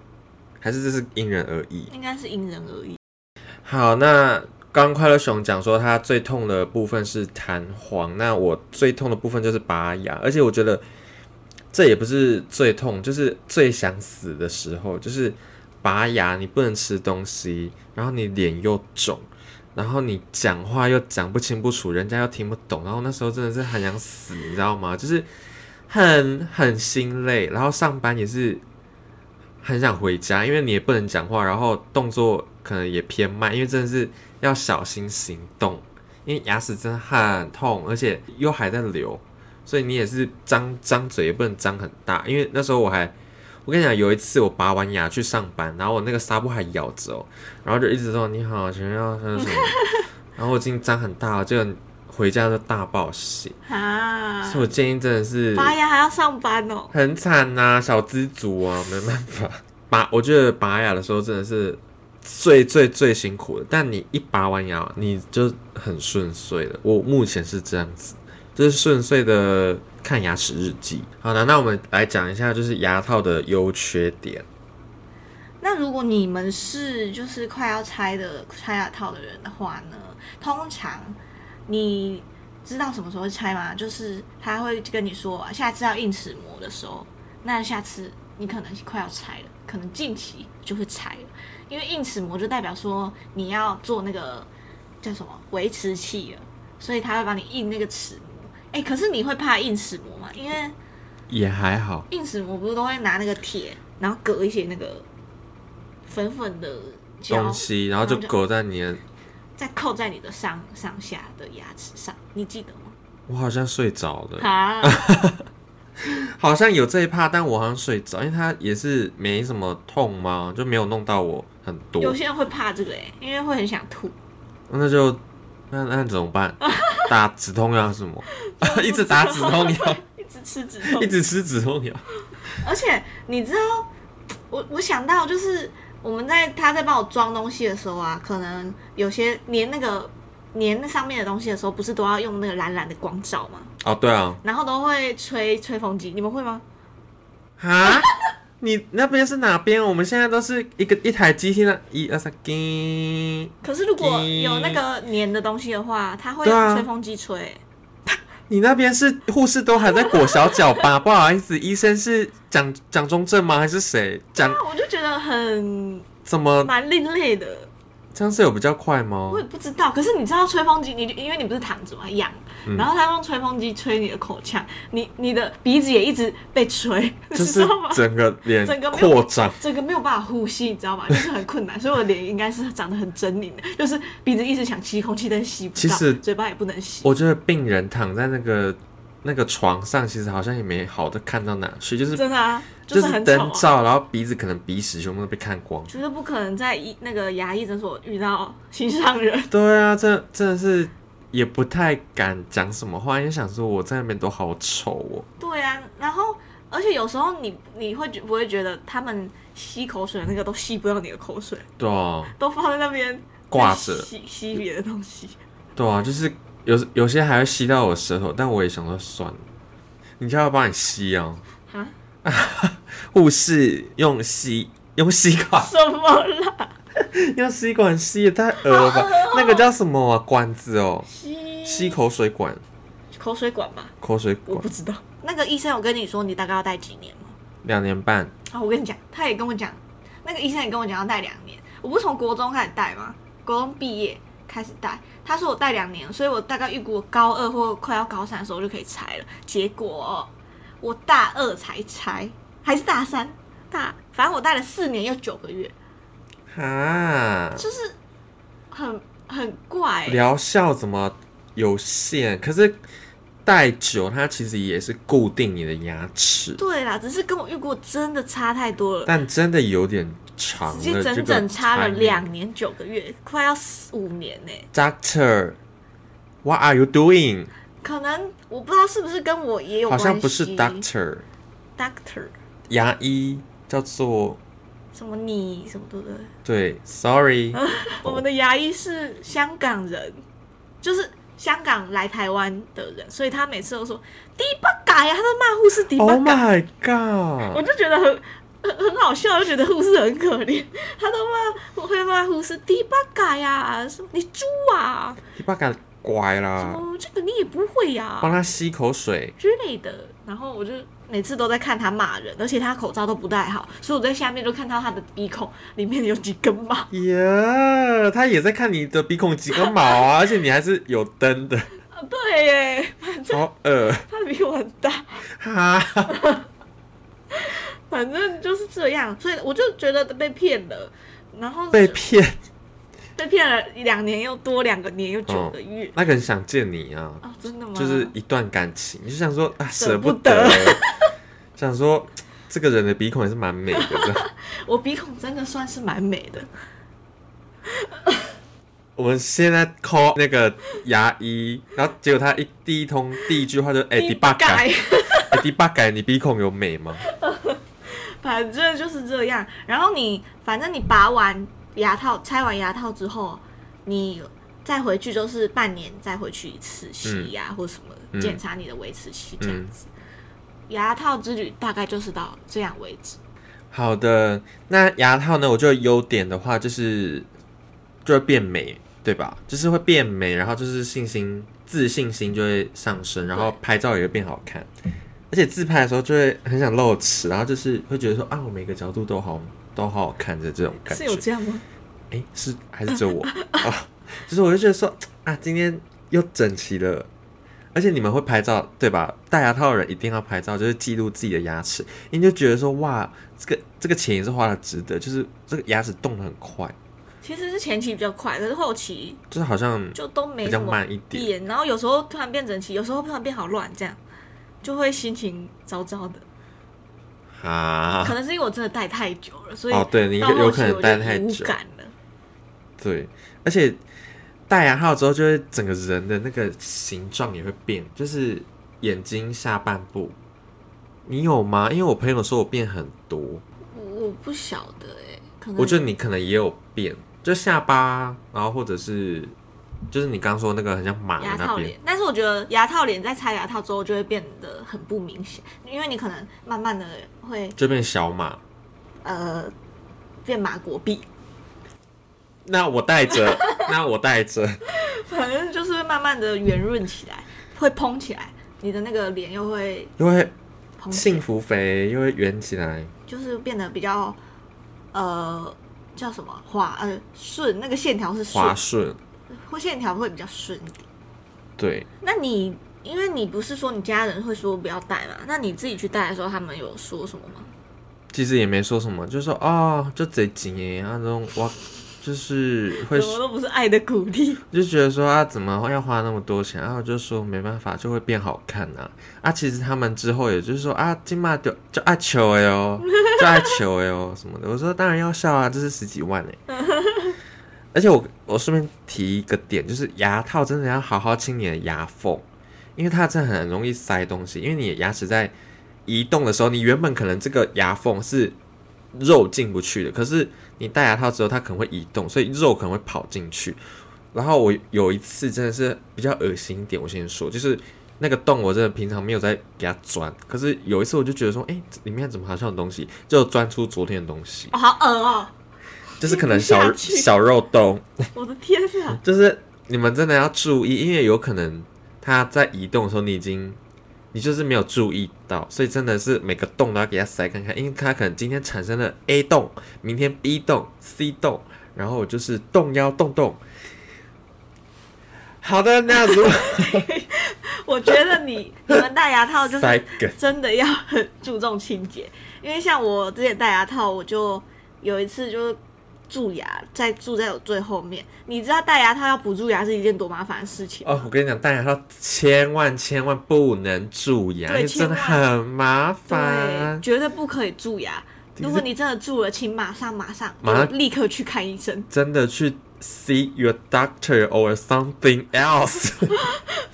Speaker 2: 还是这是因人而异。
Speaker 1: 应该是因人而异。
Speaker 2: 好，那刚快乐熊讲说他最痛的部分是弹簧，那我最痛的部分就是拔牙，而且我觉得这也不是最痛，就是最想死的时候，就是拔牙，你不能吃东西，然后你脸又肿。然后你讲话又讲不清不楚，人家又听不懂，然后那时候真的是很想死，你知道吗？就是很很心累，然后上班也是很想回家，因为你也不能讲话，然后动作可能也偏慢，因为真的是要小心行动，因为牙齿真的很痛，而且又还在流，所以你也是张张嘴也不能张很大，因为那时候我还。我跟你讲，有一次我拔完牙去上班，然后我那个纱布还咬着哦，然后就一直说你好，请问要喝什么？然后我已经张很大了，结果回家就大爆血。
Speaker 1: 啊
Speaker 2: 所以，我建议真的是
Speaker 1: 拔牙还要上班哦。
Speaker 2: 很惨呐、小资族啊，没办法。 拔，我觉得拔牙的时候真的是最最最辛苦的，但你一拔完牙，你就很顺遂了。我目前是这样子，就是顺遂的看牙齿日记。好的，那我们来讲一下就是牙套的优缺点。
Speaker 1: 那如果你们是就是快要拆的拆牙套的人的话呢，通常你知道什么时候会拆吗？就是他会跟你说、啊，下次要硬齿模的时候，那下次你可能快要拆了，可能近期就会拆了，因为硬齿模就代表说你要做那个叫什么维持器了，所以他会帮你印那个齿模。哎、可是你会怕硬齿模吗？因为
Speaker 2: 也还好，
Speaker 1: 硬齿模不是都会拿那个铁，然后隔一些那个粉粉的胶
Speaker 2: 东，西，然后就
Speaker 1: 然后就
Speaker 2: 勾在你的，
Speaker 1: 再扣在你的上上下的牙齿上，你记得吗？
Speaker 2: 我好像睡着了。
Speaker 1: 啊，
Speaker 2: 好像有这一趴，但我好像睡着，因为它也是没什么痛嘛，就没有弄到我很
Speaker 1: 有
Speaker 2: 多。
Speaker 1: 些人会怕这个哎、因为会很想 吐。
Speaker 2: 那就那那怎么 办？打 止痛药是什么？一直打止痛药，
Speaker 1: 一直吃止痛
Speaker 2: 一，直吃止痛药，
Speaker 1: 而且你知道，我我想到就是我们在他在帮我装东西的时候啊，可能有些粘那个粘那上面的东西的时候，不是都要用那个蓝蓝的光照吗？
Speaker 2: 哦，对啊，
Speaker 1: 然后都会吹吹风机，你们会吗？
Speaker 2: 啊，你那边是哪边？我们现在都是一个一台机器呢，一二三，叮。
Speaker 1: 可是如果有那个粘的东西的话，它会
Speaker 2: 对啊
Speaker 1: 用吹风机吹。
Speaker 2: 你那边是护士都还在裹小脚吧？ 不好意思，医生是蒋蒋中正吗？还是谁？蒋
Speaker 1: 啊那我就觉得很
Speaker 2: 怎么
Speaker 1: 蛮另类的，
Speaker 2: 这样是有比较快吗
Speaker 1: 我？也不知道。可是你知道吹风机，你因为你不是躺着嘛，痒，
Speaker 2: 嗯
Speaker 1: 然后他用吹风机吹你的口腔，你你的鼻子也一直被吹，你
Speaker 2: 就
Speaker 1: 知
Speaker 2: 是
Speaker 1: 道吗？啊
Speaker 2: 整个脸
Speaker 1: 整个没有
Speaker 2: 扩张，
Speaker 1: 整个没有办法呼吸，你知道吗？就是很困难，所以我的脸应该是长得很狰狞的，就是鼻子一直想吸空气，但是吸不到，
Speaker 2: 其实
Speaker 1: 嘴巴也不能吸。
Speaker 2: 我觉得病人躺在那个那个床上，其实好像也没好的看到哪去，就是
Speaker 1: 真的啊，
Speaker 2: 就是
Speaker 1: 很丑、
Speaker 2: 灯
Speaker 1: 啊。
Speaker 2: 照，然后鼻子可能鼻屎全部都被看光。
Speaker 1: 绝对不可能在医那个牙医诊所遇到心上人。
Speaker 2: 对啊，这真的是也不太敢讲什么话，因为想说我在那边都好丑哦。
Speaker 1: 对啊，然后而且有时候你你会觉不会觉得他们吸口水的那个都吸不到你的口水，
Speaker 2: 对啊，
Speaker 1: 都放在那边
Speaker 2: 挂着
Speaker 1: 吸吸别的东西。
Speaker 2: 对啊，就是有有些还会吸到我舌头，但我也想说算了，你叫他帮你吸啊。
Speaker 1: 啊？
Speaker 2: 护士用吸用吸管
Speaker 1: 什么啦？
Speaker 2: 用吸管吸也太恶了吧？
Speaker 1: 哦
Speaker 2: 那个叫什么啊？管子哦，
Speaker 1: 吸
Speaker 2: 吸口水管，
Speaker 1: 口水管吧？
Speaker 2: 口水
Speaker 1: 我
Speaker 2: 管
Speaker 1: 不，知道。那个医生有跟你说你大概要戴几年吗？
Speaker 2: 两年半。
Speaker 1: 啊，我跟你讲，他也跟我讲，那个医生也跟我讲要戴两年。我不是从国中开始戴吗？国中毕业开始戴，他说我戴两年，所以我大概预估我高二或快要高三的时候就可以拆了。结果、我大二才拆，还是大三？大，反正我戴了四年又九个月，
Speaker 2: 啊，
Speaker 1: 就是很很怪、欸。
Speaker 2: 疗效怎么有限？可是戴久，它其实也是固定你的牙齿，
Speaker 1: 对啦，只是跟我预估真的差太多了，
Speaker 2: 但真的有点长
Speaker 1: 直接
Speaker 2: 了。这
Speaker 1: 整
Speaker 2: 个
Speaker 1: 整差了
Speaker 2: timing
Speaker 1: 两年九个月，快要四五年欸呢、
Speaker 2: Doctor。What are you doing？
Speaker 1: 可能我不知道是不是跟我也有关
Speaker 2: 好
Speaker 1: 系，
Speaker 2: 像不是 doctor，
Speaker 1: doctor
Speaker 2: 牙医叫做
Speaker 1: 什么你什么对不对？
Speaker 2: 对，sorry，
Speaker 1: 我们的牙医是香港人，就是香港来台湾的人，所以他每次都说迪巴嘎呀，他在骂护士迪巴
Speaker 2: Oh
Speaker 1: 嘎
Speaker 2: my
Speaker 1: 我
Speaker 2: god！
Speaker 1: 就觉得很。很很好笑，就觉得护士很可怜， 他都骂，我会骂护士迪巴嘎呀，什么你猪啊，
Speaker 2: 你爸敢乖
Speaker 1: 什
Speaker 2: 啦，
Speaker 1: 么这个你也不会啊呀、
Speaker 2: 帮他吸口水。
Speaker 1: 之类的。然后我就每次都在看他骂人，而且他口罩都不戴好，所以我在下面就看到他的鼻孔里面有几根毛。
Speaker 2: 耶、他也在看你的鼻孔几根 毛啊，而且你还是有灯的，
Speaker 1: 啊，对耶，
Speaker 2: 好恶
Speaker 1: 他比我很大，
Speaker 2: 哈。
Speaker 1: 反正就是这样，所以我就觉得被骗了。然后
Speaker 2: 被骗，
Speaker 1: 被骗了两年又多两个年又九个月、
Speaker 2: 那个人想见你啊，
Speaker 1: 啊，真的吗？
Speaker 2: 嗯就是一段感情，就想说啊
Speaker 1: 舍
Speaker 2: 舍
Speaker 1: 不
Speaker 2: 不
Speaker 1: 得
Speaker 2: 得， 想说这个人的鼻孔也是蛮美的，这 样
Speaker 1: 我鼻孔真的算是蛮美的，
Speaker 2: 我们现在 call 那个牙医，然后结果他一第一通第一句话就哎第八改，
Speaker 1: 盖，
Speaker 2: 哎第八改，你鼻孔有美吗？
Speaker 1: 反正就是这样。然后你反正你拔完牙套，拆完牙套之后，你再回去就是半年再回去一次洗牙或什么的，
Speaker 2: 嗯
Speaker 1: 检查你的维持期这样子。牙套之旅大概就是到这样为止。
Speaker 2: 好的，那牙套呢？我觉得优点的话就是就会变美，对吧？就是会变美，然后就是信心、自信心就会上升，然后拍照也会变好看。而且自拍的时候就会很想露齿，然后就是会觉得说啊，我每个角度都好都好好看的这种感
Speaker 1: 是
Speaker 2: 觉。
Speaker 1: 有这样吗？
Speaker 2: 诶，是还是只有我 啊？就是我就觉得说啊，今天又整齐了，而且你们会拍照对吧？戴牙套的人一定要拍照，就是记录自己的牙齿，你就觉得说哇，这个这个钱也是花的值得，就是这个牙齿动得很快，
Speaker 1: 其实是前期比较快，可是后期
Speaker 2: 就是好像
Speaker 1: 就都没什
Speaker 2: 比较
Speaker 1: 么
Speaker 2: 慢一点。
Speaker 1: 变，然后有时候突然变整齐，有时候突然变好乱，这样就会心情糟糟的。
Speaker 2: 啊
Speaker 1: 可。能是因为我真的戴太久了，所以
Speaker 2: 哦，对你
Speaker 1: 到后
Speaker 2: 有
Speaker 1: 期
Speaker 2: 有可能
Speaker 1: 我
Speaker 2: 戴
Speaker 1: 就
Speaker 2: 太
Speaker 1: 无
Speaker 2: 久，
Speaker 1: 感了。
Speaker 2: 对，而且戴牙套之后，就会整个人的那个形状也会变，就是眼睛下半部你有吗？因为我朋友说我变很多，
Speaker 1: 我我不晓得哎、可能
Speaker 2: 我觉得你可能也有变，就下巴，然后或者是就是你刚说那个很像马的
Speaker 1: 牙
Speaker 2: 那
Speaker 1: 套
Speaker 2: 边，
Speaker 1: 脸，但是我觉得牙套脸在拆牙套之后就会变得很不明显，因为你可能慢慢的会
Speaker 2: 就变小马。
Speaker 1: 呃变马国币，
Speaker 2: 那我戴着，那我戴着，
Speaker 1: 反正就是会慢慢的圆润起来，会蓬起来，你的那个脸又会
Speaker 2: 因为
Speaker 1: 蓬起来，
Speaker 2: 幸福肥又会圆起来，
Speaker 1: 就是变得比较呃叫什么滑呃顺，那个线条是顺
Speaker 2: 滑，顺，
Speaker 1: 或线条会比较顺一点。
Speaker 2: 对，
Speaker 1: 那你因为你不是说你家人会说不要戴嘛？那你自己去戴的时候，他们有说什么吗？
Speaker 2: 其实也没说什么，就说哦，就贼紧耶，那啊种哇，就是会
Speaker 1: 怎么都不是爱的鼓励。
Speaker 2: 就觉得说啊，怎么要花那么多钱？然、啊、后就说没办法，就会变好看啊。啊，其实他们之后也就是说啊，金马就就爱球哎哦，就爱球哎哦什么的。我说当然要笑啊，这是十几万哎、而且我我顺便提一个点，就是牙套真的要好好清你的牙缝，因为它真的很容易塞东西。因为你的牙齿在移动的时候，你原本可能这个牙缝是肉进不去的，可是你戴牙套之后，它可能会移动，所以肉可能会跑进去。然后我有一次真的是比较恶心一点，我先说，就是那个洞我真的平常没有在给它钻，可是有一次我就觉得说，哎，这里面怎么好像有东西，就钻出昨天的东西，
Speaker 1: 哦， 好恶哦！
Speaker 2: 就是可能小
Speaker 1: 听不下去
Speaker 2: 小肉洞，
Speaker 1: 我的天啊！
Speaker 2: 就是你们真的要注意，因为有可能它在移动的时候，你已经你就是没有注意到，所以真的是每个洞都要给它塞看看，因为它可能今天产生了 A 洞，明天 B 洞、C 洞，然后我就是动腰动动。好的，那如果
Speaker 1: 我觉得你你们戴牙套 就
Speaker 2: 塞
Speaker 1: 是
Speaker 2: 梗，
Speaker 1: 真的要很注重清洁，因为像我之前戴牙套，我就有一次就是蛀牙，在蛀在我最后面。你知道戴牙套要补蛀牙是一件多麻烦的事情吗
Speaker 2: 哦，我跟你讲，戴牙套千万千万不能蛀牙，因
Speaker 1: 对
Speaker 2: 为真的
Speaker 1: 千万
Speaker 2: 很麻
Speaker 1: 对，
Speaker 2: 烦。
Speaker 1: 绝对不可以蛀牙。
Speaker 2: 其实
Speaker 1: 如果你真的蛀了，请马上马上
Speaker 2: 马上
Speaker 1: 立刻去看医生，
Speaker 2: 真的去 see your doctor or something else，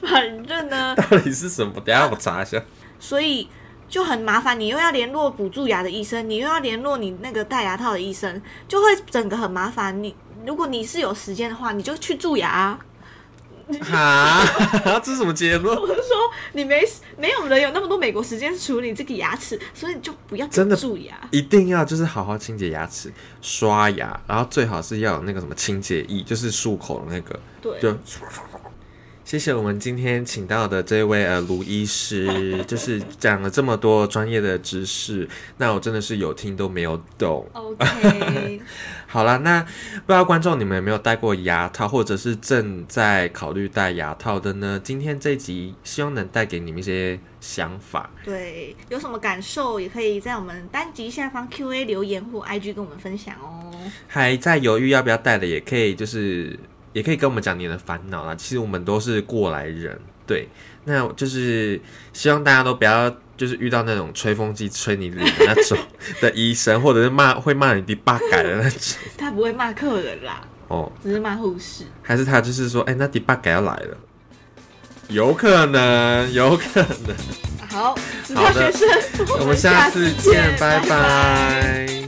Speaker 1: 反正呢，
Speaker 2: 到底是什么？等一下我查一下。
Speaker 1: 所以就很麻烦。你又要联络补蛀牙的医生，你又要联络你那个戴牙套的医生，就会整个很麻烦。你如果你是有时间的话，你就去蛀牙啊、
Speaker 2: 哈， 这是什么结论？
Speaker 1: 我是说，你没没有人有那么多美国时间处理这个牙齿，所以你就不要
Speaker 2: 真的
Speaker 1: 蛀牙。
Speaker 2: 一定要就是好好清洁牙齿，刷牙，然后最好是要有那个什么清洁液，就是漱口的那个，
Speaker 1: 对，
Speaker 2: 就。谢谢我们今天请到的这位呃卢医师，就是讲了这么多专业的知识，那我真的是有听都没有懂。
Speaker 1: OK，
Speaker 2: 好啦，那不知道观众你们有没有戴过牙套，或者是正在考虑戴牙套的呢？今天这集希望能带给你们一些想法。
Speaker 1: 对，有什么感受也可以在我们单集下方 Q&A 留言或 IG 跟我们分享哦。
Speaker 2: 还在犹豫要不要戴的，也可以就是也可以跟我们讲你的烦恼啦。其实我们都是过来人，对，那就是希望大家都不要就是遇到那种吹风机吹你脸的那种的医生，或者是骂会骂你的八改的那种
Speaker 1: 他不会骂客人啦，
Speaker 2: 哦，
Speaker 1: 只是骂护士。
Speaker 2: 还是他就是说，哎、那第八改要来了。哦有可能，有可能。
Speaker 1: 好，指
Speaker 2: 好
Speaker 1: 导
Speaker 2: 的
Speaker 1: 学生，
Speaker 2: 我们下次见，拜
Speaker 1: 拜
Speaker 2: 拜